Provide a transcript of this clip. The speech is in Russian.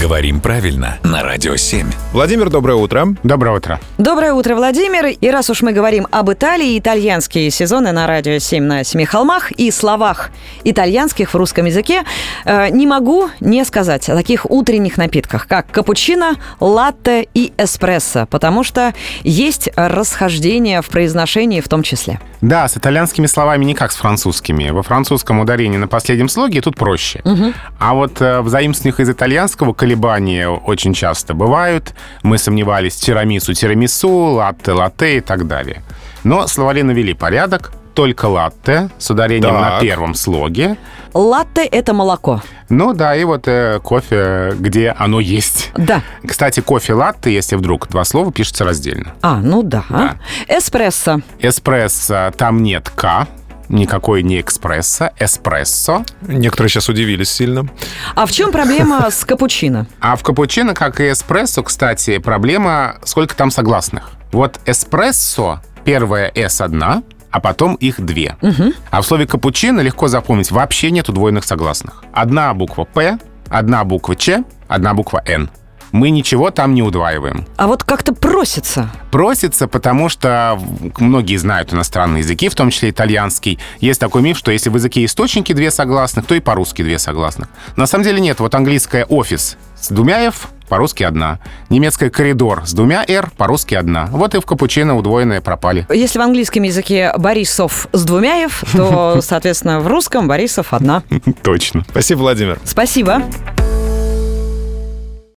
Говорим правильно на Радио 7. Владимир, доброе утро. Доброе утро. Доброе утро, Владимир. И раз уж мы говорим об Италии, итальянские сезоны на радио 7 на семи холмах и словах итальянских в русском языке, э, не могу не сказать о таких утренних напитках, как капучино, латте и эспрессо, потому что есть расхождение в произношении в том числе. Да, с итальянскими словами не как с французскими. Во французском ударение на последнем слоге и тут проще. А вот э, в заимствованиях из итальянского колебания очень часто бывают. Мы сомневались тирамису тирамису, латте латте и так далее. Но словари навели порядок. Только латте с ударением Так. на первом слоге. Латте – это молоко. Ну да, и вот э, кофе, где оно есть. Да. Кстати, кофе латте, если вдруг два слова, пишется раздельно. А, ну да. Да. Эспрессо. Эспрессо, там нет «к», никакой не экспрессо, эспрессо. Некоторые сейчас удивились сильно. А в чем проблема с капучино? А в капучино, как и эспрессо, кстати, проблема, сколько там согласных. Вот эспрессо, первая «с» одна, а потом их две. А в слове «капучино» легко запомнить, вообще нет удвоенных согласных. Одна буква «п», одна буква «ч», одна буква «н». Мы ничего там не удваиваем. А вот как-то просится. Просится, потому что в- многие знают иностранные языки, в том числе итальянский. Есть такой миф, что если в языке источники две согласных, то и по-русски две согласных. На самом деле нет. Вот английское «офис» с двумя «ф», по-русски одна. Немецкое «коридор» с двумя «р», по-русски одна. Вот и в капучино удвоенные пропали. Если в английском языке Борисов с двумя «ф», то, соответственно, в русском Борисов одна. Точно. Спасибо, Владимир. Спасибо.